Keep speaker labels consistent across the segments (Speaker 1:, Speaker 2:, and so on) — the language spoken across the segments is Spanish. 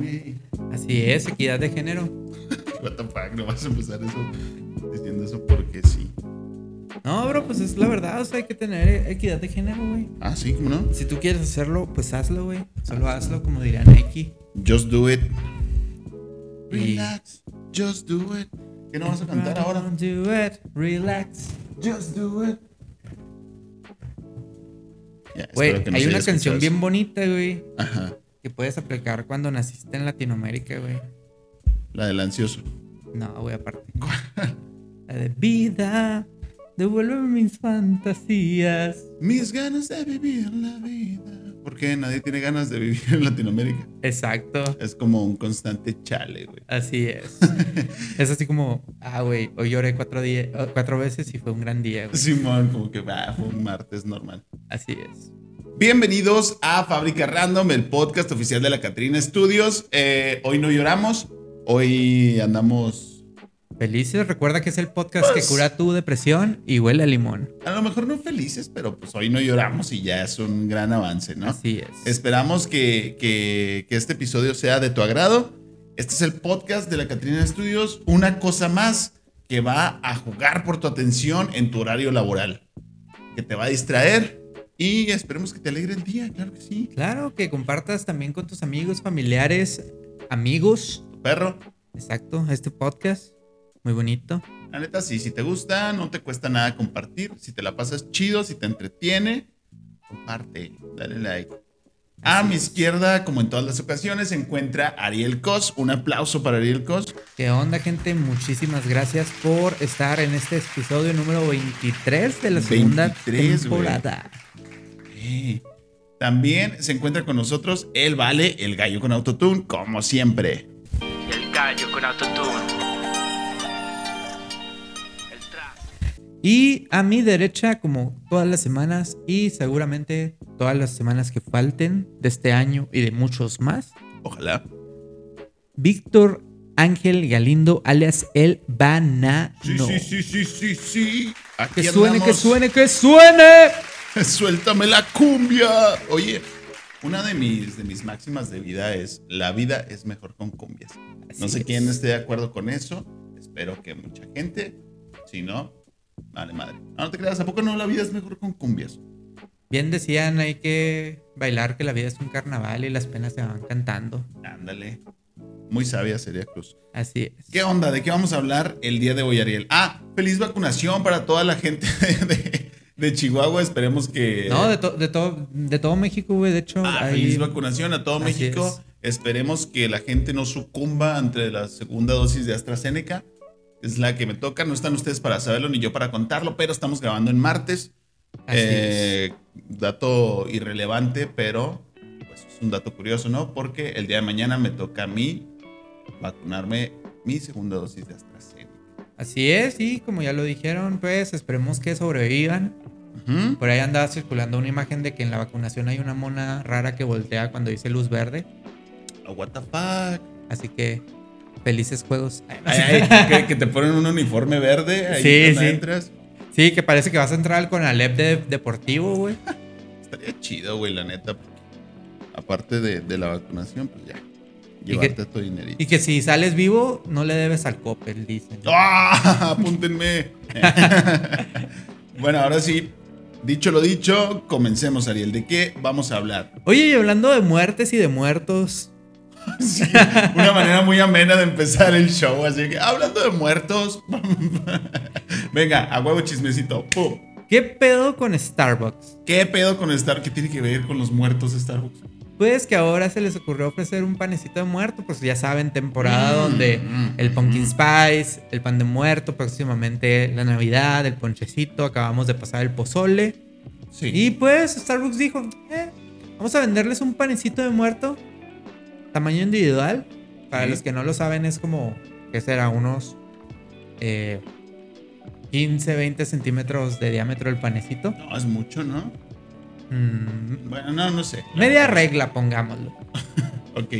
Speaker 1: Sí. Así es, equidad de género.
Speaker 2: What the fuck, no vas a empezar eso diciendo eso porque sí.
Speaker 1: No, bro, pues es la verdad, o sea, hay que tener equidad de género, güey.
Speaker 2: Ah, sí, ¿cómo no?
Speaker 1: Si tú quieres hacerlo, pues hazlo, güey. Solo hazlo como diría Nike.
Speaker 2: Just do it.
Speaker 1: Y-
Speaker 2: Relax. Just do it. ¿Qué no vas a cantar ahora?
Speaker 1: Do it, relax.
Speaker 2: Just do it. Ya, espero
Speaker 1: Güey,
Speaker 2: que no
Speaker 1: hay
Speaker 2: se
Speaker 1: una
Speaker 2: haya
Speaker 1: canción
Speaker 2: escuchado
Speaker 1: bien bonita, güey,
Speaker 2: eso. Ajá.
Speaker 1: que puedes aplicar cuando naciste en Latinoamérica, güey.
Speaker 2: La del ansioso.
Speaker 1: No, güey, aparte. La de vida, devuélveme mis fantasías.
Speaker 2: Mis ganas de vivir la vida. Porque nadie tiene ganas de vivir en Latinoamérica.
Speaker 1: Exacto,
Speaker 2: Es como un constante chale, güey.
Speaker 1: así es. es así como, ah, güey, hoy lloré cuatro, días, cuatro veces y fue un gran día, güey.
Speaker 2: Simón, como que va, fue un martes normal.
Speaker 1: Así es.
Speaker 2: Bienvenidos a Fábrica Random, el podcast oficial de la Catrina Studios. Eh, hoy no lloramos, hoy andamos.
Speaker 1: Felices, recuerda que es el podcast que cura tu depresión y huele a limón.
Speaker 2: A lo mejor no felices, pero pues hoy no lloramos y ya es un gran avance, ¿no?
Speaker 1: Así es.
Speaker 2: Esperamos que, que- que este episodio sea de tu agrado. Este es el podcast de la Catrina Studios, una cosa más que va a jugar por tu atención en tu horario laboral, que te va a distraer y esperemos que te alegre el día, claro que sí.
Speaker 1: Claro, que compartas también con tus amigos, familiares, amigos.
Speaker 2: Tu perro,
Speaker 1: Exacto, este podcast. Muy bonito.
Speaker 2: la neta, sí, si te gusta, no te cuesta nada compartir. Si te la pasas chido, si te entretiene, comparte, dale like. A
Speaker 1: Así
Speaker 2: mi
Speaker 1: es.
Speaker 2: izquierda, como en todas las ocasiones, se encuentra Ariel Cos. Un aplauso para Ariel Cos.
Speaker 1: ¿Qué onda, gente? Muchísimas gracias por estar en este episodio número 23 de la segunda
Speaker 2: 23, güey.
Speaker 1: temporada.
Speaker 2: Eh. También se encuentra con nosotros el Vale, el gallo con autotune, como siempre.
Speaker 3: El gallo con autotune. El trap.
Speaker 1: Y a mi derecha, como todas las semanas y seguramente todas las semanas que falten de este año y de muchos más,
Speaker 2: Ojalá.
Speaker 1: Víctor Ángel Galindo, alias El Banano.
Speaker 2: Sí, sí, sí, sí, sí, sí. Aquí
Speaker 1: Que suene, que
Speaker 2: andamos.
Speaker 1: suene, que suene.
Speaker 2: Suéltame la cumbia. Oye, una de mis, de mis máximas de vida es, la vida es mejor con cumbias. No
Speaker 1: Así
Speaker 2: sé
Speaker 1: es.
Speaker 2: quién esté de acuerdo con eso. Espero que mucha gente. Si no, vale madre. No, no te creas, ¿a poco no la vida es mejor con cumbias?
Speaker 1: Bien decían, hay que bailar que la vida es un carnaval y las penas se van cantando.
Speaker 2: Ándale. Muy sabia sería Cruz.
Speaker 1: Así es.
Speaker 2: ¿Qué onda? ¿De qué vamos a hablar el día de hoy, Ariel? Ah, feliz vacunación para toda la gente de, de Chihuahua. Esperemos que...
Speaker 1: No, de, to- de, todo de todo México, güey. De hecho,
Speaker 2: Ah,
Speaker 1: ahí-
Speaker 2: feliz vacunación a todo
Speaker 1: Así
Speaker 2: México. Esperemos que la gente no sucumba ante la segunda dosis de AstraZeneca. Es la que me toca. No están ustedes para saberlo ni yo para contarlo, pero estamos grabando en martes.
Speaker 1: así es.
Speaker 2: Eh, Dato irrelevante, pero pues, es un dato curioso, ¿no? Porque el día de mañana me toca a mí vacunarme mi segunda dosis de AstraZeneca.
Speaker 1: Así es, y como ya lo dijeron, pues esperemos que sobrevivan.
Speaker 2: Ujú.
Speaker 1: Por ahí andaba circulando una imagen de que en la vacunación hay una mona rara que voltea cuando dice luz verde.
Speaker 2: Ah, what the fuck.
Speaker 1: Así que felices juegos. Ay, no.
Speaker 2: Ay, ay, que, que te ponen un uniforme verde. Ahí
Speaker 1: Sí,
Speaker 2: cuando
Speaker 1: sí.
Speaker 2: entras.
Speaker 1: Sí, que parece que vas a entrar con Alep de deportivo, güey.
Speaker 2: Estaría chido, güey, la neta. porque Aparte de, de la vacunación, pues ya.
Speaker 1: que-
Speaker 2: Llevarte tu dinerito.
Speaker 1: Y que si sales vivo, no le debes al Coppel, dicen.
Speaker 2: ¡Ah! ¡Apúntenme! bueno, ahora sí. Dicho lo dicho, comencemos, Ariel. ¿De qué vamos a hablar?
Speaker 1: Oye, y hablando de muertes y de muertos,
Speaker 2: Sí, una manera muy amena de empezar el show. Así que, hablando de muertos. Venga, a huevo chismecito. ¡Pum!
Speaker 1: ¿qué pedo con Starbucks?
Speaker 2: ¿Qué pedo con Starbucks? ¿Qué tiene que ver con los muertos de Starbucks?
Speaker 1: Pues que ahora se les ocurrió ofrecer un panecito de muerto, pues ya saben, temporada
Speaker 2: Mm,
Speaker 1: donde
Speaker 2: mm,
Speaker 1: el pumpkin
Speaker 2: mm.
Speaker 1: spice, el pan de muerto, próximamente la Navidad, el ponchecito, acabamos de pasar el pozole.
Speaker 2: Sí.
Speaker 1: Y pues Starbucks dijo, "Eh, vamos a venderles un panecito de muerto, tamaño individual. Para
Speaker 2: Sí.
Speaker 1: los que no lo saben, es como, ¿qué será? Unos eh, 15, 20 centímetros de diámetro el panecito.
Speaker 2: No, es mucho, ¿no?
Speaker 1: Mm,
Speaker 2: Bueno, no, no sé.
Speaker 1: media regla, pongámoslo.
Speaker 2: Ok.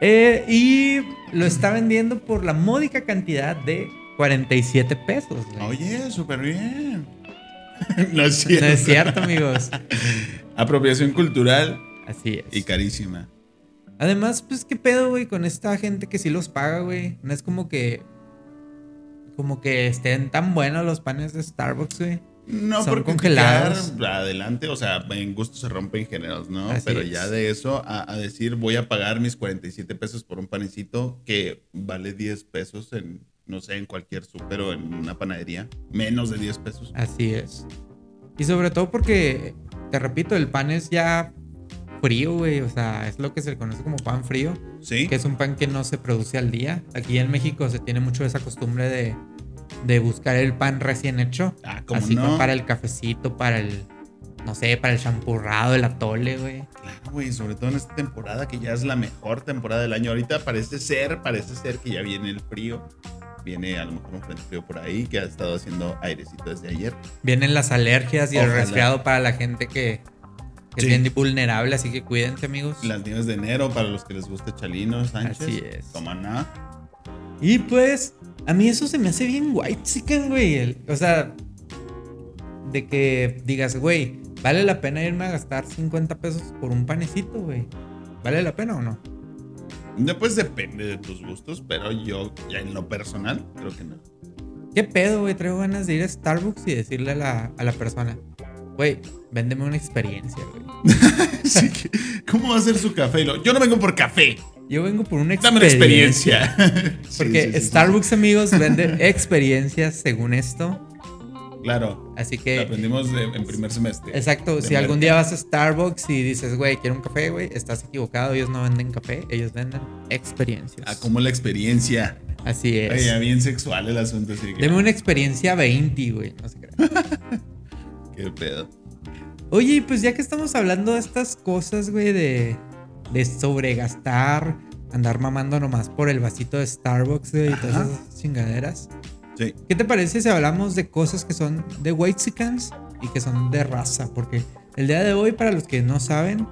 Speaker 1: Eh, y lo está vendiendo por la módica cantidad de 47 pesos. güey.
Speaker 2: Oye, súper bien. no es
Speaker 1: No
Speaker 2: cierto.
Speaker 1: es cierto, amigos.
Speaker 2: Apropiación cultural
Speaker 1: Así es.
Speaker 2: y carísima.
Speaker 1: Además, pues qué pedo, güey, con esta gente que sí los paga, güey. No es como que. Como que estén tan buenos los panes de Starbucks, güey.
Speaker 2: No,
Speaker 1: Son
Speaker 2: por
Speaker 1: congelados.
Speaker 2: criticar, adelante, o sea, en gusto se rompen géneros, ¿no?
Speaker 1: Así
Speaker 2: Pero
Speaker 1: es.
Speaker 2: ya de eso a, a decir voy a pagar mis 47 pesos por un panecito que vale 10 pesos en, no sé, en cualquier súper o en una panadería, menos de 10 pesos.
Speaker 1: Así es. Y sobre todo porque, te repito, el pan es ya frío, güey. O sea, es lo que se le conoce como pan frío,
Speaker 2: ¿Sí?
Speaker 1: que es un pan que no se produce al día. Aquí en México se tiene mucho esa costumbre de, de buscar el pan recién hecho.
Speaker 2: Ah, como
Speaker 1: Así
Speaker 2: no.
Speaker 1: para el cafecito, para el, no sé, para el champurrado, el atole, güey.
Speaker 2: Claro, güey, sobre todo en esta temporada que ya es la mejor temporada del año. Ahorita parece ser, parece ser que ya viene el frío. Viene a lo mejor un frente frío por ahí que ha estado haciendo airecito desde ayer.
Speaker 1: Vienen las alergias y el
Speaker 2: Ojalá.
Speaker 1: resfriado para la gente que, que es
Speaker 2: Sí.
Speaker 1: bien vulnerable, así que cuídense, amigos.
Speaker 2: Las nieves de enero para los que les guste Chalino, Sánchez.
Speaker 1: Así es.
Speaker 2: Toma nada.
Speaker 1: Y pues, a mí eso se me hace bien white chicken, güey. El- O sea, de que digas, güey, ¿vale la pena irme a gastar 50 pesos por un panecito, güey? ¿Vale la pena o no?
Speaker 2: No, pues depende de tus gustos, pero yo, ya en lo personal, creo que no.
Speaker 1: ¿Qué pedo, güey? Traigo ganas de ir a Starbucks y decirle a la, a la persona, güey, véndeme una experiencia, güey.
Speaker 2: Así que, ¿cómo va a ser su café? Y lo- Yo no vengo por café,
Speaker 1: Yo vengo por una
Speaker 2: dame
Speaker 1: experiencia.
Speaker 2: una experiencia. Sí,
Speaker 1: Porque
Speaker 2: sí, sí, sí,
Speaker 1: Starbucks, amigos, vende experiencias según esto.
Speaker 2: sí. Claro,
Speaker 1: Así
Speaker 2: lo
Speaker 1: que,
Speaker 2: aprendimos de- en primer semestre.
Speaker 1: eh, exacto,
Speaker 2: De
Speaker 1: si algún
Speaker 2: merca.
Speaker 1: día vas a Starbucks y dices, güey, quiero un café, güey, estás equivocado. Ellos no venden café, ellos venden experiencias.
Speaker 2: Ah, como la experiencia.
Speaker 1: Así es.
Speaker 2: Oye, bien sexual el asunto, así que.
Speaker 1: Deme una experiencia 20, güey. No se crean.
Speaker 2: Qué pedo.
Speaker 1: Oye, y pues ya que estamos hablando de estas cosas, güey, de, de sobregastar, andar mamando nomás por el vasito de Starbucks, güey, y
Speaker 2: Ajá.
Speaker 1: todas esas chingaderas.
Speaker 2: Sí.
Speaker 1: ¿Qué te parece si hablamos de cosas que son de Whitexicans y que son de raza? Porque el día de hoy, para los que no saben,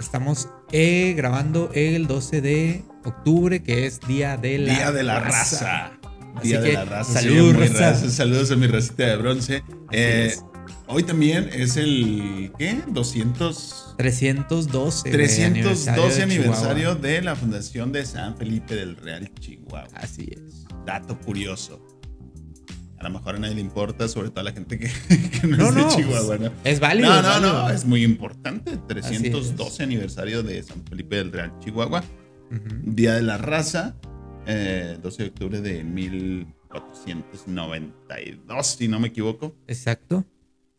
Speaker 1: estamos eh, grabando el 12 de octubre, que es Día de la
Speaker 2: Día de la raza.
Speaker 1: Así
Speaker 2: Día de
Speaker 1: que,
Speaker 2: la raza.
Speaker 1: salud,
Speaker 2: sí, muy
Speaker 1: raza.
Speaker 2: Saludos a mi racita de bronce.
Speaker 1: Así
Speaker 2: Eh,
Speaker 1: es.
Speaker 2: hoy también es el. ¿Qué? 200.
Speaker 1: 312. güey,
Speaker 2: 312
Speaker 1: de
Speaker 2: aniversario
Speaker 1: Chihuahua.
Speaker 2: de la fundación de San Felipe del Real Chihuahua.
Speaker 1: Así es.
Speaker 2: Dato curioso. A lo mejor a nadie le importa, sobre todo a la gente que, que no,
Speaker 1: No,
Speaker 2: es de
Speaker 1: no.
Speaker 2: Chihuahua, ¿no?
Speaker 1: Es válido.
Speaker 2: No,
Speaker 1: es
Speaker 2: no,
Speaker 1: válido.
Speaker 2: no, es muy importante.
Speaker 1: Así
Speaker 2: 312 aniversario de San Felipe del Real Chihuahua.
Speaker 1: Ujú.
Speaker 2: Día de la Raza, eh, 12 de octubre de 1492, si no me equivoco.
Speaker 1: Exacto.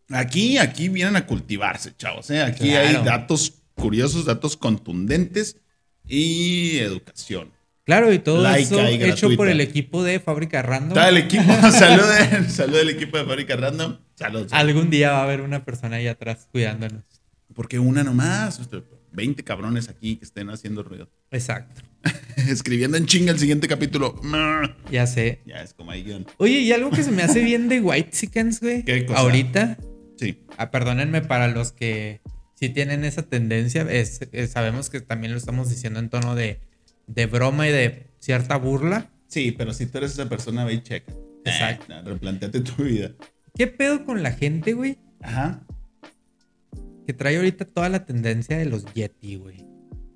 Speaker 2: Aquí, aquí vienen a cultivarse, chavos. ¿eh? Aquí
Speaker 1: Claro.
Speaker 2: hay datos curiosos, datos contundentes y educación.
Speaker 1: Claro, y todo
Speaker 2: Laica
Speaker 1: eso
Speaker 2: y
Speaker 1: hecho por
Speaker 2: gratuita.
Speaker 1: el equipo de Fábrica Random.
Speaker 2: Está el equipo, saluden, saluden el equipo de Fábrica Random. Saludos.
Speaker 1: Algún día va a haber una persona ahí atrás cuidándonos.
Speaker 2: Porque una nomás, 20 cabrones aquí que estén haciendo ruido.
Speaker 1: Exacto.
Speaker 2: Escribiendo en chinga el siguiente capítulo.
Speaker 1: Ya sé.
Speaker 2: Ya es como ahí guión.
Speaker 1: Oye, y algo que se me hace bien de White güey.
Speaker 2: ¿Qué cosa?
Speaker 1: Ahorita,
Speaker 2: Sí,
Speaker 1: ah, perdónenme para los que sí tienen esa tendencia, es- es- sabemos que también lo estamos diciendo en tono de, de broma y de cierta burla.
Speaker 2: sí, pero si tú eres esa persona, ve y checa.
Speaker 1: Exacto.
Speaker 2: Eh, replanteate tu vida.
Speaker 1: ¿Qué pedo con la gente, güey?
Speaker 2: Ajá.
Speaker 1: Que trae ahorita toda la tendencia de los Yeti, güey.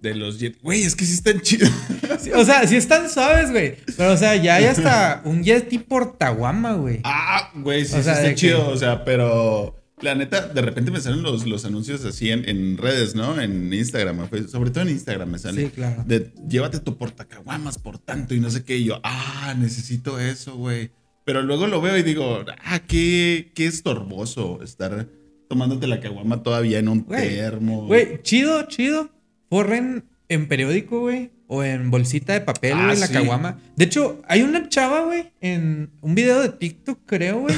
Speaker 2: De los Jet. Güey, es que sí están chidos.
Speaker 1: Sí, O sea, sí están suaves, güey. Pero, o sea, ya hay hasta un Yeti por Tahuama, güey.
Speaker 2: Ah, güey, sí,
Speaker 1: O
Speaker 2: sí
Speaker 1: sea,
Speaker 2: está
Speaker 1: de
Speaker 2: chido,
Speaker 1: que-
Speaker 2: o sea, pero la neta, de repente me salen los, los anuncios así en, en redes, ¿no? En Instagram, en Facebook, sobre todo en Instagram me sale.
Speaker 1: Sí, claro.
Speaker 2: De llévate tu portacaguamas por tanto y no sé qué. Y yo, ah, necesito eso, güey. Pero luego lo veo y digo, ah, qué, qué estorboso estar tomándote la caguama todavía en un
Speaker 1: Güey,
Speaker 2: termo.
Speaker 1: Güey, chido, chido. Forren en periódico, güey. O en bolsita de papel,
Speaker 2: Ah,
Speaker 1: güey, la
Speaker 2: sí.
Speaker 1: caguama. De hecho, hay una chava, güey, en un video de TikTok, creo, güey,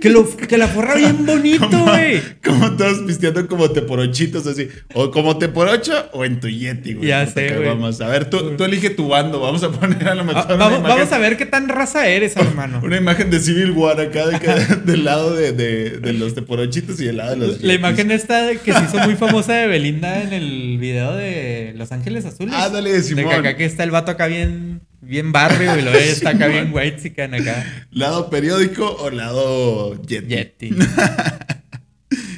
Speaker 1: que, lo- que la forra bien bonito,
Speaker 2: Como-
Speaker 1: güey.
Speaker 2: Como todos pisteando como teporochitos así. O como teporocho o en tu yeti, güey.
Speaker 1: Ya
Speaker 2: por
Speaker 1: sé, güey.
Speaker 2: Vamos a ver, tú, tú elige tu bando. Vamos a poner a lo mejor.
Speaker 1: Ah,
Speaker 2: una
Speaker 1: vamos,
Speaker 2: imagen-
Speaker 1: vamos a ver qué tan raza eres, hermano.
Speaker 2: Una imagen de Civil War acá de cada- del lado de, de- de los teporochitos y del lado de los.
Speaker 1: La
Speaker 2: yetis.
Speaker 1: imagen esta de que se hizo muy famosa de Belinda en el video de Los Ángeles Azules.
Speaker 2: Ah, dale, de
Speaker 1: De
Speaker 2: Simón.
Speaker 1: que acá que está el vato acá bien, bien barrio y lo ve está acá bien white acá.
Speaker 2: ¿Lado periódico o lado yeti?
Speaker 1: Yeti.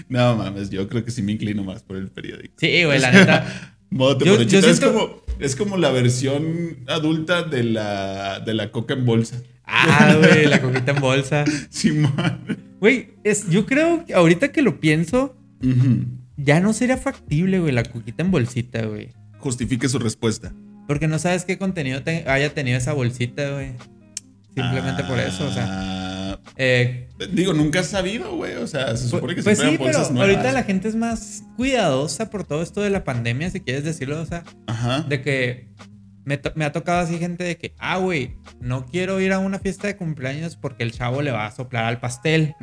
Speaker 2: No mames, yo creo que sí me inclino más por el periódico.
Speaker 1: Sí, güey, la neta.
Speaker 2: Modo
Speaker 1: Yo- yo
Speaker 2: teporochito. es
Speaker 1: siento-
Speaker 2: como. Es como la versión adulta de la, de la coca en bolsa.
Speaker 1: Ah, güey, la coquita en bolsa.
Speaker 2: Simón.
Speaker 1: Güey, es, yo creo que ahorita que lo pienso,
Speaker 2: Ujú.
Speaker 1: ya no sería factible, güey, la coquita en bolsita, güey.
Speaker 2: Justifique su respuesta.
Speaker 1: Porque no sabes qué contenido te- haya tenido esa bolsita, güey. Simplemente por eso, o
Speaker 2: Ah.
Speaker 1: sea.
Speaker 2: sea.
Speaker 1: eh,
Speaker 2: Digo, nunca has sabido, güey. O sea, se supone que
Speaker 1: pues
Speaker 2: se
Speaker 1: sí,
Speaker 2: operan
Speaker 1: pero
Speaker 2: bolsas nuevas.
Speaker 1: ahorita la gente es más cuidadosa por todo esto de la pandemia, si quieres decirlo, o sea,
Speaker 2: Ajá.
Speaker 1: de que me, to- me ha tocado así gente de que, ah, güey, no quiero ir a una fiesta de cumpleaños porque el chavo le va a soplar al pastel.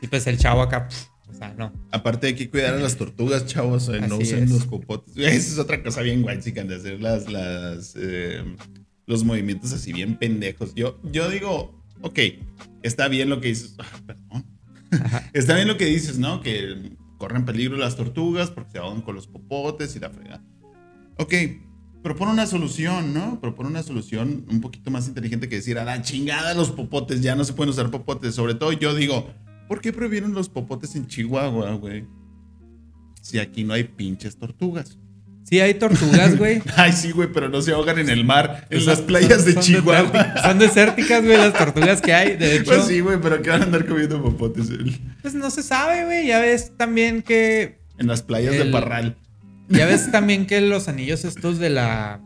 Speaker 1: y pues el chavo acá, pf, o sea, no.
Speaker 2: Aparte hay que cuidar a las tortugas, chavos. eh, no
Speaker 1: Así
Speaker 2: usen
Speaker 1: es.
Speaker 2: los copotes. Esa es otra cosa bien guay, de hacer las, las, eh, los movimientos así bien pendejos. Yo, yo digo, ok, está bien lo que dices. Ah, perdón. está bien lo que dices, ¿no? Que corren peligro las tortugas porque se ahogan con los popotes y la fregada. Ok, propone una solución, ¿no? Propone una solución un poquito más inteligente que decir, a la chingada los popotes, ya no se pueden usar popotes. Sobre todo yo digo, ¿por qué prohibieron los popotes en Chihuahua, güey? Si aquí no hay pinches tortugas.
Speaker 1: Sí hay tortugas, güey.
Speaker 2: Ay, sí, güey, pero no se ahogan en el mar, en
Speaker 1: Son-
Speaker 2: las playas de
Speaker 1: son- son
Speaker 2: Chihuahua.
Speaker 1: desérticas- Son desérticas, güey, las tortugas que hay. De hecho,
Speaker 2: Pues sí, güey, pero ¿qué van a andar comiendo popotes en,
Speaker 1: pues no se sabe, güey. Ya ves también que.
Speaker 2: en las playas de
Speaker 1: El-
Speaker 2: Parral?
Speaker 1: Ya ves también que los anillos estos de la.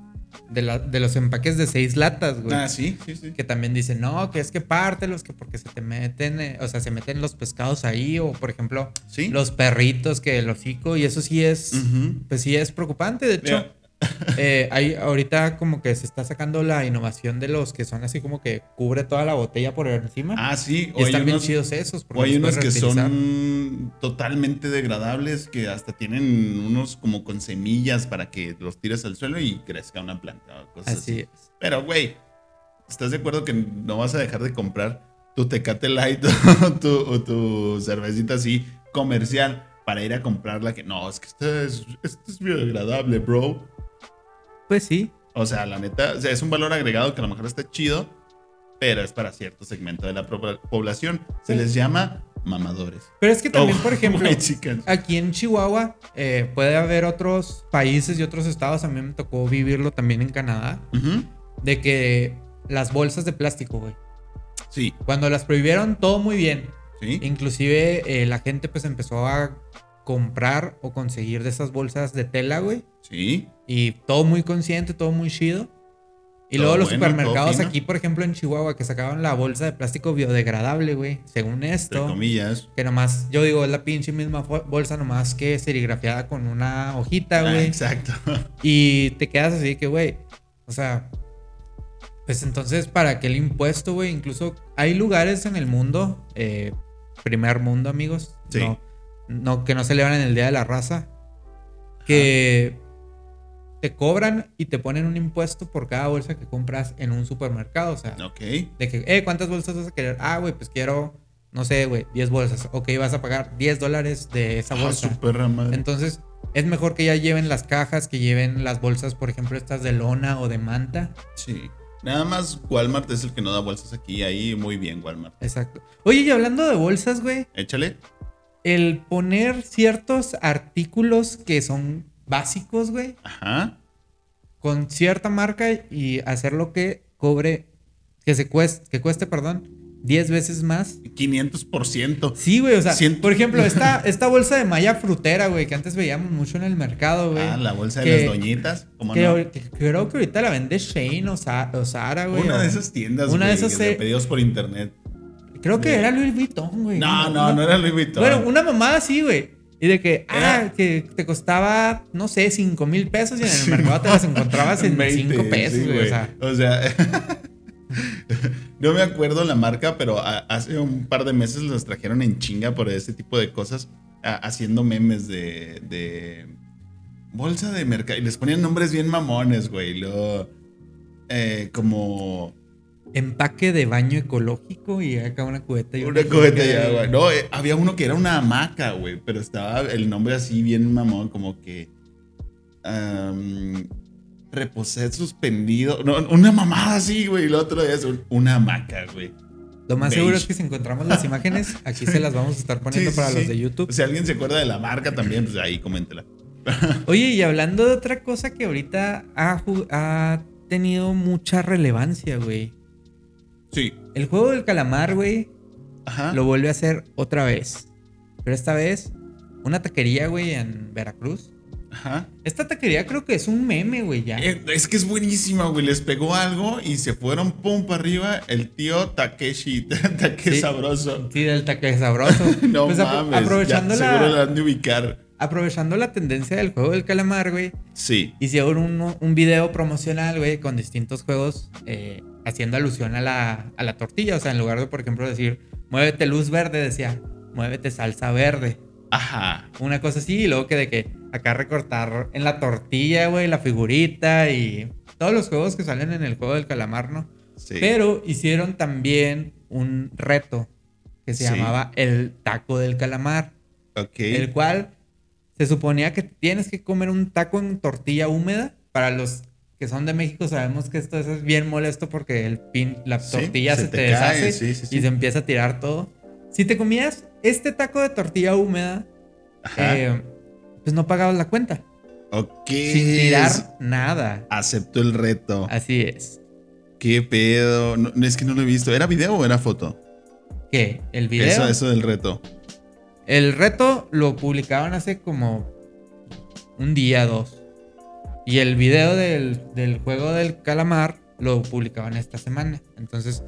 Speaker 1: De, la, de los empaques de seis latas, güey.
Speaker 2: Ah, sí, sí, sí.
Speaker 1: que también dicen, no, que es que pártelos, que porque se te meten, eh, o sea, se meten los pescados ahí, o por ejemplo,
Speaker 2: Sí.
Speaker 1: los perritos que el hocico, y eso sí es,
Speaker 2: Ujú.
Speaker 1: pues sí es preocupante. De hecho,
Speaker 2: Mira.
Speaker 1: eh, hay, ahorita como que se está sacando la innovación de los que son así como que cubre toda la botella por encima.
Speaker 2: Ah, sí.
Speaker 1: y
Speaker 2: o hay
Speaker 1: están bien
Speaker 2: unos-
Speaker 1: chidos esos. porque
Speaker 2: O hay
Speaker 1: los
Speaker 2: unos
Speaker 1: puedes
Speaker 2: que
Speaker 1: reutilizar.
Speaker 2: son totalmente degradables, que hasta tienen unos como con semillas para que los tires al suelo y crezca una planta o cosas así.
Speaker 1: Así es.
Speaker 2: Pero, güey, ¿estás de acuerdo que no vas a dejar de comprar tu Tecate Light o tu, o tu cervecita así comercial para ir a comprarla? Que no, es que esta es, esta es biodegradable, bro.
Speaker 1: Pues sí.
Speaker 2: O sea, la neta, o sea, es un valor agregado que a lo mejor está chido, pero es para cierto segmento de la pro- población. Se
Speaker 1: Sí.
Speaker 2: les llama mamadores.
Speaker 1: Pero es que también, por ejemplo,
Speaker 2: White Oh, chicken.
Speaker 1: aquí en Chihuahua eh, puede haber otros países y otros estados. A mí me tocó vivirlo también en Canadá.
Speaker 2: Ujú.
Speaker 1: de que las bolsas de plástico, güey.
Speaker 2: Sí,
Speaker 1: Cuando las prohibieron, todo muy bien.
Speaker 2: sí.
Speaker 1: Inclusive eh, la gente pues empezó a comprar o conseguir de esas bolsas de tela, güey.
Speaker 2: Sí.
Speaker 1: Y todo muy consciente, todo muy chido. Y
Speaker 2: Todo
Speaker 1: luego los
Speaker 2: bueno, todo
Speaker 1: supermercados
Speaker 2: fino.
Speaker 1: aquí, por ejemplo, en Chihuahua, que sacaban la bolsa de plástico biodegradable, güey. Según
Speaker 2: Entre
Speaker 1: esto,
Speaker 2: comillas.
Speaker 1: que nomás, yo digo, es la pinche misma fo- bolsa, nomás que serigrafiada con una hojita,
Speaker 2: Ah,
Speaker 1: güey.
Speaker 2: exacto.
Speaker 1: Y te quedas así que, güey, o sea, pues entonces, ¿para qué el impuesto, güey? Incluso hay lugares en el mundo, eh, primer mundo, amigos,
Speaker 2: Sí.
Speaker 1: no, no- que no celebran el Día de la Raza, que te cobran y te ponen un impuesto por cada bolsa que compras en un supermercado, o sea,
Speaker 2: Ok.
Speaker 1: de que, eh, ¿cuántas bolsas vas a querer? Ah, güey, pues quiero, no sé, güey, 10 bolsas. Ok, vas a pagar 10 dólares de esa
Speaker 2: Ah,
Speaker 1: bolsa.
Speaker 2: su perra madre.
Speaker 1: Entonces, es mejor que ya lleven las cajas, que lleven las bolsas, por ejemplo, estas de lona o de manta.
Speaker 2: Sí. Nada más Walmart es el que no da bolsas aquí. Ahí muy bien, Walmart.
Speaker 1: Exacto. Oye, y hablando de bolsas, güey,
Speaker 2: Échale.
Speaker 1: el poner ciertos artículos que son básicos, güey,
Speaker 2: Ajá.
Speaker 1: con cierta marca y hacerlo que cobre, que se cueste, que cueste, perdón, 10 veces más.
Speaker 2: 500%.
Speaker 1: Sí, güey, o sea,
Speaker 2: Siento-
Speaker 1: por ejemplo, esta, esta bolsa de malla frutera, güey, que antes veíamos mucho en el mercado, güey.
Speaker 2: Ah, la bolsa de
Speaker 1: que-
Speaker 2: las doñitas. ¿Cómo
Speaker 1: que
Speaker 2: no?
Speaker 1: ahor- que creo que ahorita la vende Shane o, Sa- o Sara, güey.
Speaker 2: Una de
Speaker 1: o-
Speaker 2: esas tiendas.
Speaker 1: Una de
Speaker 2: güey,
Speaker 1: esas
Speaker 2: de
Speaker 1: se-
Speaker 2: pedidos por internet.
Speaker 1: Creo que
Speaker 2: De-
Speaker 1: era Louis Vuitton, güey.
Speaker 2: No, no, no era Louis Vuitton.
Speaker 1: Bueno, una mamada así, güey. Y de que,
Speaker 2: Era-
Speaker 1: ah, que te costaba, no sé, 5 mil pesos y en el mercado te las encontrabas en
Speaker 2: 20,
Speaker 1: 5 pesos,
Speaker 2: sí,
Speaker 1: güey. O sea,
Speaker 2: O sea, no me acuerdo la marca, pero a- hace un par de meses los trajeron en chinga por ese tipo de cosas, a- haciendo memes de, de bolsa de mercado. Y les ponían nombres bien mamones, güey. y Luego, eh, como
Speaker 1: empaque de baño ecológico y acá una cubeta y
Speaker 2: una cubeta de
Speaker 1: coca,
Speaker 2: agua. No, eh, había uno que era una hamaca, güey, pero estaba el nombre así bien mamón, como que. am, reposé suspendido. No, una mamada así, güey. Y el otro día es un- una hamaca, güey.
Speaker 1: Lo más seguro
Speaker 2: Beige.
Speaker 1: es que si encontramos las imágenes, aquí se las vamos a estar poniendo
Speaker 2: Sí,
Speaker 1: para
Speaker 2: sí,
Speaker 1: los
Speaker 2: sí.
Speaker 1: de YouTube.
Speaker 2: Si alguien se acuerda de la marca también, pues ahí coméntela.
Speaker 1: Oye, y hablando de otra cosa que ahorita ha, ju- ha tenido mucha relevancia, güey.
Speaker 2: Sí.
Speaker 1: El juego del calamar, güey,
Speaker 2: Ajá.
Speaker 1: lo vuelve a hacer otra vez. Pero esta vez, una taquería, güey, en Veracruz.
Speaker 2: Ajá.
Speaker 1: Esta taquería creo que es un meme, güey, ya.
Speaker 2: Eh, Es que es buenísima, güey. Les pegó algo y se fueron pum para arriba. El tío Takeshi. Takeshi
Speaker 1: Sí.
Speaker 2: sabroso.
Speaker 1: Sí, del taque sabroso.
Speaker 2: No
Speaker 1: Pues apro-
Speaker 2: mames.
Speaker 1: Aprovechando,
Speaker 2: ya, Seguro la
Speaker 1: la,
Speaker 2: han de ubicar.
Speaker 1: aprovechando la tendencia del juego del calamar, güey.
Speaker 2: Sí.
Speaker 1: Hicieron un, un video promocional, güey, con distintos juegos eh, haciendo alusión a la, a la tortilla. O sea, en lugar de, por ejemplo, decir, muévete luz verde, decía, muévete salsa verde.
Speaker 2: Ajá.
Speaker 1: Una cosa así, y luego que de que acá recortar en la tortilla, güey, la figurita y todos los juegos que salen en el juego del calamar, ¿no?
Speaker 2: Sí.
Speaker 1: Pero hicieron también un reto que se
Speaker 2: Sí.
Speaker 1: llamaba el taco del calamar,
Speaker 2: ok.
Speaker 1: el cual se suponía que tienes que comer un taco en tortilla húmeda. Para los que son de México sabemos que esto es bien molesto porque el pin, la
Speaker 2: Sí,
Speaker 1: tortilla
Speaker 2: se
Speaker 1: se,
Speaker 2: te
Speaker 1: te,
Speaker 2: cae,
Speaker 1: deshace
Speaker 2: sí, sí, sí.
Speaker 1: y se empieza a tirar todo. Si te comías este taco de tortilla húmeda,
Speaker 2: Ajá.
Speaker 1: eh, pues no pagabas la cuenta.
Speaker 2: ok.
Speaker 1: Sin tirar nada.
Speaker 2: Aceptó el reto.
Speaker 1: Así es.
Speaker 2: ¿Qué pedo? No, es que no lo he visto. ¿Era video o era foto?
Speaker 1: ¿Qué? ¿El video?
Speaker 2: Eso, eso del reto.
Speaker 1: El reto lo publicaron hace como un día, dos. Y el video del, del juego del calamar lo publicaban esta semana. Entonces,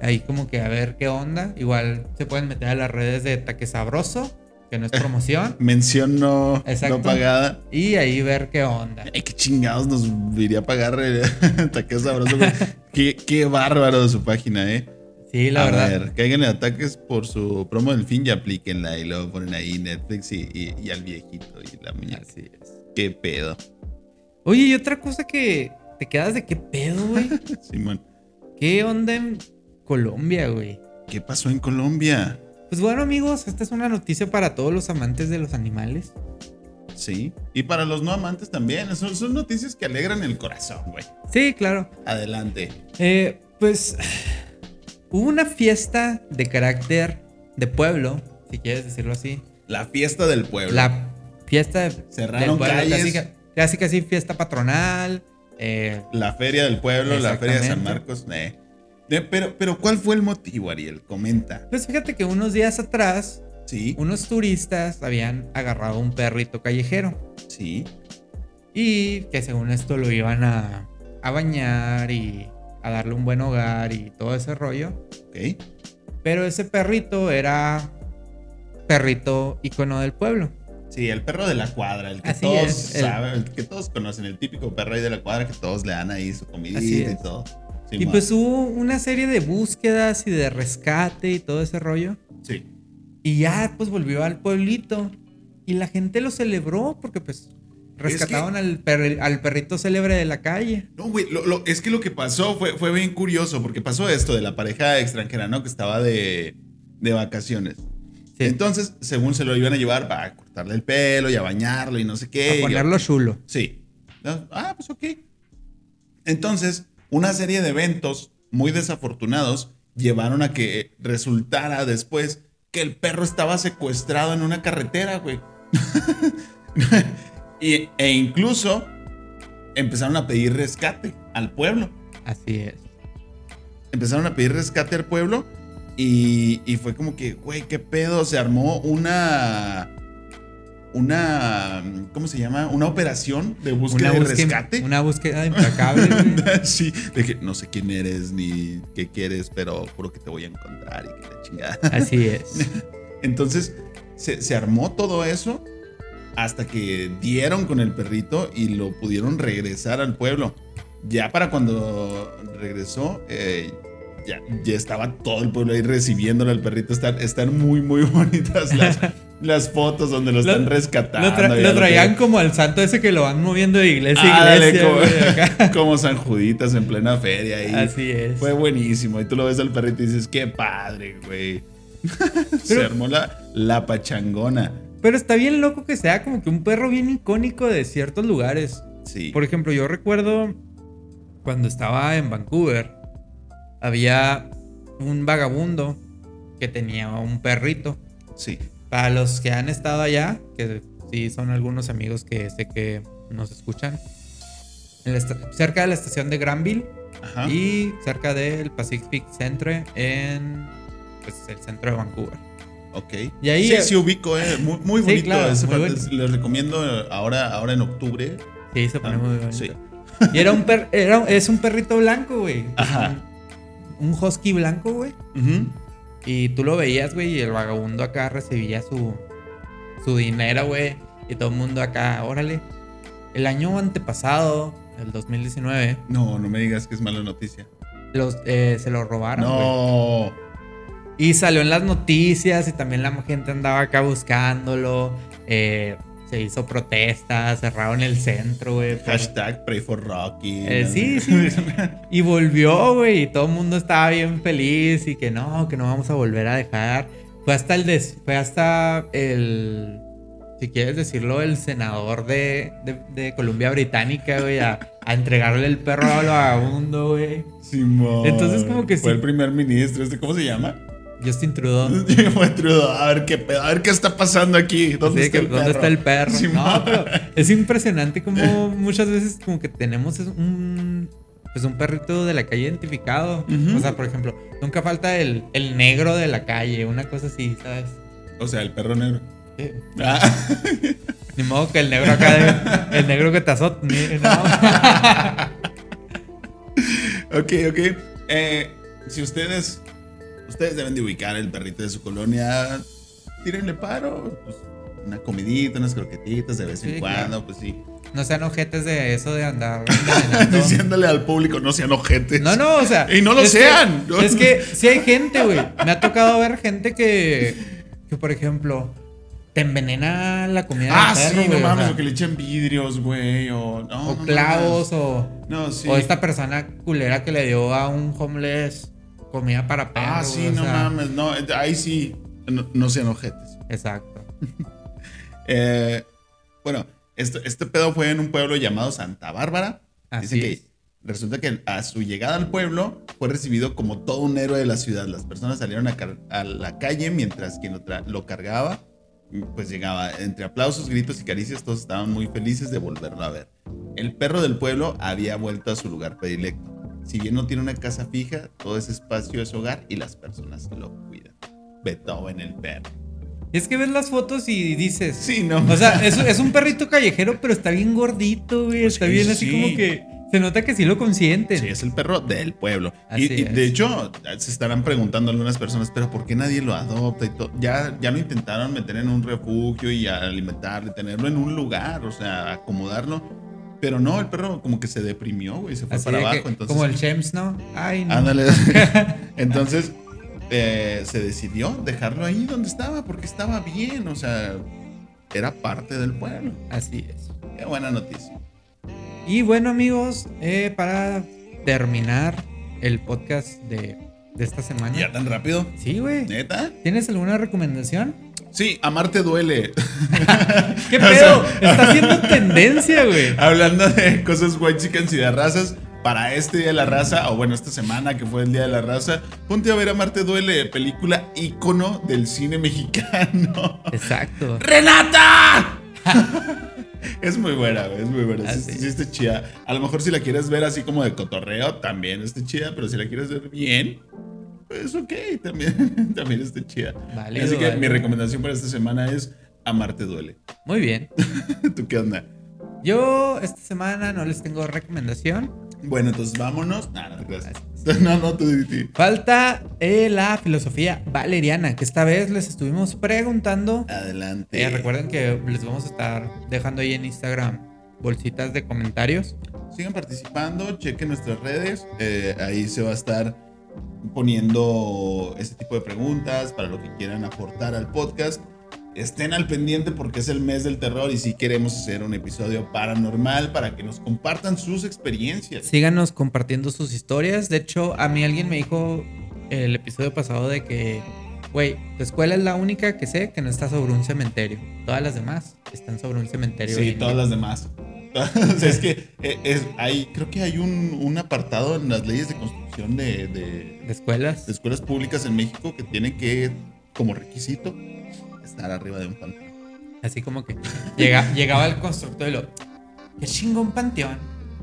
Speaker 1: ahí como que a ver qué onda. Igual se pueden meter a las redes de Taque Sabroso, que no es promoción.
Speaker 2: Mención no,
Speaker 1: Exacto.
Speaker 2: no pagada.
Speaker 1: y ahí ver qué onda.
Speaker 2: Ay, qué chingados nos iría a pagar el ataque sabroso. güey. qué, qué bárbaro su página, eh.
Speaker 1: Sí, la
Speaker 2: a
Speaker 1: verdad.
Speaker 2: ver, caigan en ataques por su promo del fin y aplíquenla. Y luego ponen ahí Netflix y, y- y al viejito y la muñeca.
Speaker 1: Así es.
Speaker 2: Qué pedo,
Speaker 1: Oye, y otra cosa que te quedas de qué pedo, güey.
Speaker 2: Simón.
Speaker 1: ¿Qué onda en Colombia, güey?
Speaker 2: ¿Qué pasó en Colombia?
Speaker 1: Pues bueno, amigos, esta es una noticia para todos los amantes de los animales.
Speaker 2: Sí. Y para los no amantes también. Son, son noticias que alegran el corazón, güey.
Speaker 1: Sí, claro.
Speaker 2: Adelante.
Speaker 1: Eh, pues hubo una fiesta de carácter de pueblo, si quieres decirlo así.
Speaker 2: La fiesta del pueblo.
Speaker 1: La fiesta de,
Speaker 2: Cerraron
Speaker 1: del pueblo,
Speaker 2: calles.
Speaker 1: casi que- Casi que así fiesta patronal. eh,
Speaker 2: La feria del pueblo, la feria de San
Speaker 1: Exactamente.
Speaker 2: Marcos. eh. Eh, Pero, pero, ¿cuál fue el motivo, Ariel? Comenta.
Speaker 1: pues fíjate que unos días atrás,
Speaker 2: Sí.
Speaker 1: unos turistas habían agarrado un perrito callejero
Speaker 2: Sí.
Speaker 1: y que según esto lo iban a, a bañar y a darle un buen hogar y todo ese rollo.
Speaker 2: Ok.
Speaker 1: Pero ese perrito era perrito icono del pueblo.
Speaker 2: Sí, el perro de la cuadra, el que
Speaker 1: Así
Speaker 2: todos
Speaker 1: es, el-
Speaker 2: saben, el que todos conocen, el típico perro ahí de la cuadra que todos le dan ahí su comidita
Speaker 1: Así
Speaker 2: y
Speaker 1: es.
Speaker 2: todo. Sí,
Speaker 1: Y
Speaker 2: ma.
Speaker 1: pues hubo una serie de búsquedas y de rescate y todo ese rollo.
Speaker 2: sí.
Speaker 1: Y ya pues volvió al pueblito. Y la gente lo celebró porque pues rescataron al, perri- al perrito célebre de la calle.
Speaker 2: No, güey, lo- lo- es que lo que pasó fue, fue bien curioso, porque pasó esto de la pareja extranjera, ¿no? Que estaba de, de vacaciones.
Speaker 1: Sí,
Speaker 2: Entonces, según se lo iban a llevar para cortarle el pelo y a bañarlo y no sé qué.
Speaker 1: a
Speaker 2: y-
Speaker 1: ponerlo chulo.
Speaker 2: Sí. No, Ah, pues ok. Entonces, una serie de eventos muy desafortunados llevaron a que resultara después que el perro estaba secuestrado en una carretera, güey. Y- e incluso empezaron a pedir rescate al pueblo.
Speaker 1: Así es.
Speaker 2: Empezaron a pedir rescate al pueblo y, y fue como que, güey, qué pedo. Se armó una... Una... ¿Cómo se llama? Una operación de búsqueda y rescate.
Speaker 1: una búsqueda implacable. güey.
Speaker 2: sí, de que no sé quién eres ni qué quieres, pero juro que te voy a encontrar y que la chingada.
Speaker 1: Así es.
Speaker 2: Entonces se, se armó todo eso hasta que dieron con el perrito y lo pudieron regresar al pueblo. Ya para cuando regresó, eh, ya, ya estaba todo el pueblo ahí recibiéndolo al perrito. Están, están muy, muy bonitas las, las fotos donde lo
Speaker 1: Lo-
Speaker 2: están
Speaker 1: Lo,
Speaker 2: rescatando.
Speaker 1: tra-
Speaker 2: y
Speaker 1: lo
Speaker 2: algo.
Speaker 1: traían como al santo ese que lo van moviendo de iglesia a
Speaker 2: Ándale,
Speaker 1: iglesia. güey, acá.
Speaker 2: Ah, como, como San Juditas en plena feria. ahí.
Speaker 1: Así es.
Speaker 2: Fue buenísimo. Y tú lo ves al perrito y dices, qué padre, güey. Se
Speaker 1: Pero-
Speaker 2: armó la, la pachangona.
Speaker 1: Pero está bien loco que sea como que un perro bien icónico de ciertos lugares.
Speaker 2: Sí.
Speaker 1: Por ejemplo, yo recuerdo cuando estaba en Vancouver, había un vagabundo que tenía un perrito.
Speaker 2: Sí.
Speaker 1: Para los que han estado allá, que sí son algunos amigos que sé que nos escuchan. En la esta- cerca de la estación de Granville
Speaker 2: Ajá.
Speaker 1: y cerca del Pacific Centre en pues, el centro de Vancouver.
Speaker 2: Ok.
Speaker 1: Y ahí-
Speaker 2: sí, sí ubico, eh. Muy, muy
Speaker 1: Sí,
Speaker 2: bonito.
Speaker 1: claro,
Speaker 2: esa
Speaker 1: muy
Speaker 2: parte.
Speaker 1: bonito.
Speaker 2: Les recomiendo ahora, ahora en octubre.
Speaker 1: Sí, se pone
Speaker 2: Ah,
Speaker 1: muy bonito.
Speaker 2: sí.
Speaker 1: Y era un per- era, es un perrito blanco, güey.
Speaker 2: Ajá.
Speaker 1: Un, un husky blanco, güey.
Speaker 2: Ujú.
Speaker 1: Y tú lo veías, güey, y el vagabundo acá recibía su, su dinero, güey. Y todo el mundo acá, órale. El año antepasado, el 2019,
Speaker 2: No, no me digas que es mala noticia.
Speaker 1: los, eh, se lo robaron, güey.
Speaker 2: No.
Speaker 1: Y salió en las noticias y también la gente andaba acá buscándolo. Eh, se hizo protestas, cerraron el centro, güey. por-
Speaker 2: Hashtag pray for Rocky.
Speaker 1: Eh, sí, sí. Y volvió, güey, y todo el mundo estaba bien feliz y que no, que no vamos a volver a dejar. Fue hasta el, des- fue hasta el, si quieres decirlo, el senador de, de, de Columbia Británica, güey, a, a entregarle el perro al vagabundo, güey.
Speaker 2: Simón.
Speaker 1: Entonces, como que
Speaker 2: Fue
Speaker 1: sí.
Speaker 2: el primer ministro. ¿Este cómo se llama?
Speaker 1: Justin Trudeau.
Speaker 2: Fue Trudeau. A ver qué pedo. A ver qué está pasando aquí. ¿Dónde,
Speaker 1: Así de
Speaker 2: está,
Speaker 1: que,
Speaker 2: el
Speaker 1: ¿Dónde
Speaker 2: perro?
Speaker 1: está el perro?
Speaker 2: Simón.
Speaker 1: No, pero es impresionante como muchas veces como que tenemos es un pues un perrito de la calle identificado.
Speaker 2: Ujú.
Speaker 1: O sea, por ejemplo, nunca falta el, el negro de la calle, una cosa así, ¿sabes?
Speaker 2: O sea, el perro negro.
Speaker 1: Eh,
Speaker 2: Ah,
Speaker 1: Ni modo que el negro acá, de- el negro que te azota. ni- no.
Speaker 2: ok, ok. Eh, si ustedes. Ustedes deben de ubicar el perrito de su colonia. Tírenle paro. pues, una comidita, unas croquetitas de vez en
Speaker 1: Sí,
Speaker 2: cuando. Pues sí.
Speaker 1: No sean ojetes de eso de andar envenenando.
Speaker 2: Diciéndole al público, no sean ojetes.
Speaker 1: No, no, o sea.
Speaker 2: Y no lo
Speaker 1: es que-
Speaker 2: sean.
Speaker 1: es que sí hay gente, güey. Me ha tocado ver gente que, que por ejemplo, te envenena la comida.
Speaker 2: Ah,
Speaker 1: del perro,
Speaker 2: sí, no
Speaker 1: güey, o
Speaker 2: mames,
Speaker 1: sea,
Speaker 2: o que le echen vidrios, güey, o... No,
Speaker 1: o
Speaker 2: no
Speaker 1: clavos, o,
Speaker 2: mames. No, sí.
Speaker 1: o esta persona culera que le dio a un homeless comida para perro.
Speaker 2: Ah, sí,
Speaker 1: güey, o
Speaker 2: no
Speaker 1: sea,
Speaker 2: mames, no, eh, ahí sí, no, no sean ojetes.
Speaker 1: Exacto.
Speaker 2: Eh, bueno, este, este pedo fue en un pueblo llamado Santa Bárbara.
Speaker 1: Así
Speaker 2: Dicen
Speaker 1: es.
Speaker 2: que resulta que a su llegada al pueblo fue recibido como todo un héroe de la ciudad. Las personas salieron a, car- a la calle mientras quien lo, tra- lo cargaba, pues llegaba entre aplausos, gritos y caricias. Todos estaban muy felices de volverlo a ver. El perro del pueblo había vuelto a su lugar predilecto. Si bien no tiene una casa fija, todo ese espacio es hogar y las personas lo cuidan. Beethoven el perro.
Speaker 1: Y es que ves las fotos y dices.
Speaker 2: Sí, no.
Speaker 1: O sea, es, es un perrito callejero, pero está bien gordito, güey. Está
Speaker 2: Pues Sí,
Speaker 1: bien así
Speaker 2: sí.
Speaker 1: como que. Se nota que sí lo consienten.
Speaker 2: Sí, es el perro del pueblo. Y,
Speaker 1: Así
Speaker 2: y de
Speaker 1: es.
Speaker 2: hecho, se estarán preguntando algunas personas, pero ¿por qué nadie lo adopta? Y todo? Ya, ya lo intentaron meter en un refugio y alimentarle, tenerlo en un lugar, o sea, acomodarlo. Pero no, el perro como que se deprimió, güey, se fue
Speaker 1: Así
Speaker 2: para
Speaker 1: de que-
Speaker 2: abajo. entonces,
Speaker 1: como el James, ¿no? Ay, no.
Speaker 2: Ándale. entonces, eh, se decidió dejarlo ahí donde estaba, porque estaba bien, o sea, era parte del pueblo.
Speaker 1: Así es.
Speaker 2: Qué buena noticia.
Speaker 1: Y bueno, amigos, eh, para terminar el podcast de, de esta semana.
Speaker 2: ¿Ya Eh. tan rápido?
Speaker 1: Sí, güey.
Speaker 2: ¿Neta?
Speaker 1: ¿Tienes alguna recomendación?
Speaker 2: Sí, amarte duele.
Speaker 1: ¿Qué
Speaker 2: O
Speaker 1: pedo?
Speaker 2: sea-
Speaker 1: Está haciendo tendencia, güey.
Speaker 2: Hablando de cosas white chickens y de razas, para este Día de la Raza, o bueno, esta semana que fue el Día de la Raza, ponte a ver a Marte Duele, película ícono del cine mexicano.
Speaker 1: Exacto.
Speaker 2: ¡Renata! es muy buena, güey, es muy buena. Sí,
Speaker 1: Así
Speaker 2: sí está chida. A lo mejor si la quieres ver así como de cotorreo, también está chida, pero si la quieres ver bien, pues ok, también, también está chida.
Speaker 1: Válido,
Speaker 2: así que
Speaker 1: válido.
Speaker 2: mi recomendación para esta semana es Amarte Duele.
Speaker 1: Muy bien.
Speaker 2: ¿Tú qué onda?
Speaker 1: Yo esta semana no les tengo recomendación.
Speaker 2: Bueno, entonces vámonos. Nah, no, te creas. no, no, tú di- di.
Speaker 1: Falta eh, la filosofía valeriana, que esta vez les estuvimos preguntando.
Speaker 2: Adelante.
Speaker 1: Eh, recuerden que les vamos a estar dejando ahí en Instagram bolsitas de comentarios.
Speaker 2: Sigan participando, chequen nuestras redes. eh, ahí se va a estar poniendo este tipo de preguntas para lo que quieran aportar al podcast. Estén al pendiente porque es el mes del terror y si queremos hacer un episodio paranormal para que nos compartan sus experiencias.
Speaker 1: Síganos compartiendo sus historias. De hecho, a mí alguien me dijo el episodio pasado de que, güey, tu escuela es la única que sé que no está sobre un cementerio. Todas las demás están sobre un cementerio. hoy
Speaker 2: Sí,
Speaker 1: en
Speaker 2: todas
Speaker 1: día".
Speaker 2: las demás. O sea, es que eh, es, hay, creo que hay un, un apartado en las leyes de construcción de- de,
Speaker 1: ¿De escuelas.
Speaker 2: de escuelas públicas en México que tienen que, como requisito, estar arriba de un panteón.
Speaker 1: Así como que llega, llegaba el constructor y lo. Qué chingón panteón.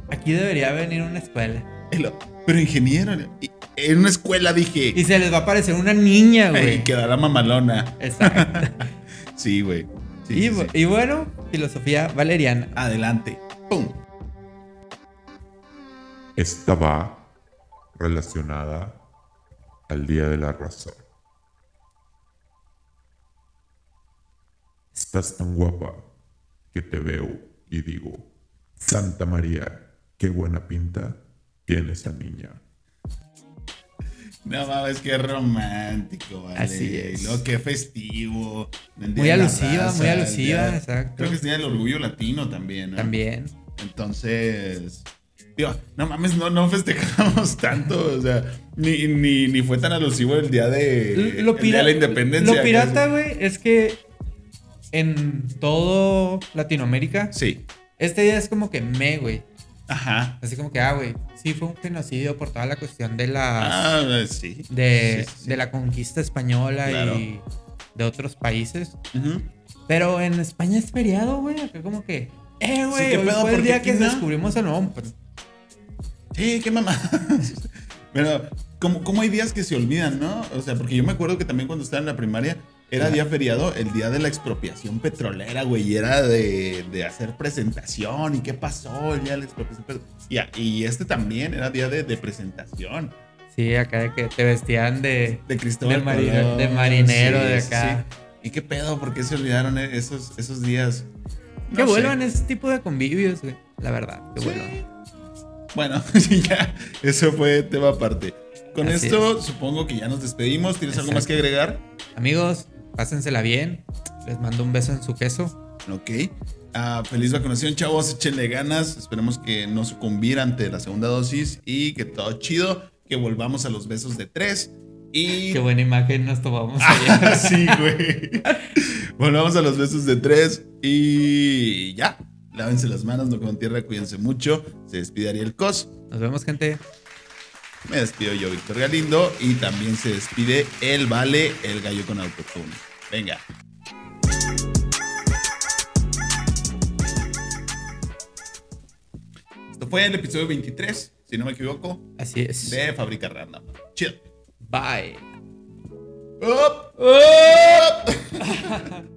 Speaker 1: Aquí debería venir una escuela.
Speaker 2: Y lo- Pero ingeniero, y- en una escuela dije,
Speaker 1: Y se les va a aparecer una niña,
Speaker 2: y
Speaker 1: güey.
Speaker 2: quedará mamalona.
Speaker 1: Exacto.
Speaker 2: Sí, güey. Sí,
Speaker 1: y,
Speaker 2: sí,
Speaker 1: bu-
Speaker 2: sí.
Speaker 1: y bueno, filosofía valeriana.
Speaker 2: Adelante. Pum.
Speaker 4: Esta va relacionada al Día de la Razón. Estás tan guapa que te veo y digo, Santa María, qué buena pinta tiene esa niña.
Speaker 2: No mames, qué romántico, vale.
Speaker 1: Así es.
Speaker 2: Lo que festivo. El Día
Speaker 1: Muy
Speaker 2: de la
Speaker 1: alusiva, muy
Speaker 2: el
Speaker 1: alusiva,
Speaker 2: día-
Speaker 1: exacto.
Speaker 2: Creo que tenía el orgullo latino también, ¿no?
Speaker 1: También.
Speaker 2: Entonces, digo, no mames, no, no festejamos tanto, o sea, ni, ni, ni fue tan alusivo el día de,
Speaker 1: Lo,
Speaker 2: el día de la
Speaker 1: pira-
Speaker 2: independencia.
Speaker 1: lo pirata,
Speaker 2: casi.
Speaker 1: güey, es que en todo Latinoamérica,
Speaker 2: Sí,
Speaker 1: este día es como que me, güey.
Speaker 2: ajá.
Speaker 1: Así como que, ah, güey, sí fue un genocidio por toda la cuestión de la,
Speaker 2: Ah, sí.
Speaker 1: de,
Speaker 2: Sí, sí, sí.
Speaker 1: de la conquista española y de otros países.
Speaker 2: Ujú.
Speaker 1: Pero en España es feriado, güey. Acá como que, eh, güey,
Speaker 2: ¿qué
Speaker 1: hoy
Speaker 2: pedo?
Speaker 1: fue el
Speaker 2: ¿Por qué
Speaker 1: día
Speaker 2: aquí
Speaker 1: que
Speaker 2: no?
Speaker 1: descubrimos el nuevo. pues,
Speaker 2: Sí, qué mamá. Pero, ¿cómo, cómo hay días que se olvidan, no? O sea, porque yo me acuerdo que también cuando estaba en la primaria era día feriado, el día de la expropiación petrolera, güey, y era de, de hacer presentación y qué pasó el día de la expropiación pet- Y, a- y este también era día de, de presentación,
Speaker 1: sí, acá de que te vestían de.
Speaker 2: de Cristóbal
Speaker 1: De marine-
Speaker 2: Colón.
Speaker 1: de marinero de acá.
Speaker 2: ¿Y qué pedo? ¿Por qué se olvidaron e- esos, esos días?
Speaker 1: que
Speaker 2: No sé.
Speaker 1: vuelvan ese tipo de convivios, güey. La verdad, que
Speaker 2: Sí.
Speaker 1: vuelvan.
Speaker 2: Bueno, ya, eso fue tema aparte. Con
Speaker 1: Así
Speaker 2: esto supongo que ya nos despedimos. ¿Tienes algo más que agregar?
Speaker 1: Amigos, pásensela bien. Les mando un beso en su queso.
Speaker 2: Ok. Ah, feliz vacunación, chavos. Échenle ganas. Esperemos que no sucumbir ante la segunda dosis y que todo chido. Que volvamos a los besos de tres. Y.
Speaker 1: Qué buena imagen nos tomamos ayer.
Speaker 2: sí, güey. volvamos a los besos de tres y ya. Lávense las manos, no con tierra, cuídense mucho. Se despide Ariel Cos.
Speaker 1: Nos vemos, gente.
Speaker 2: Me despido yo, Víctor Galindo, y también se despide el Vale, el gallo con autotune. Venga. Esto fue el episodio 23, si no me equivoco,
Speaker 1: Así es.
Speaker 2: de Fábrica Random. Chill.
Speaker 1: Bye.
Speaker 2: ¡Op! ¡Op!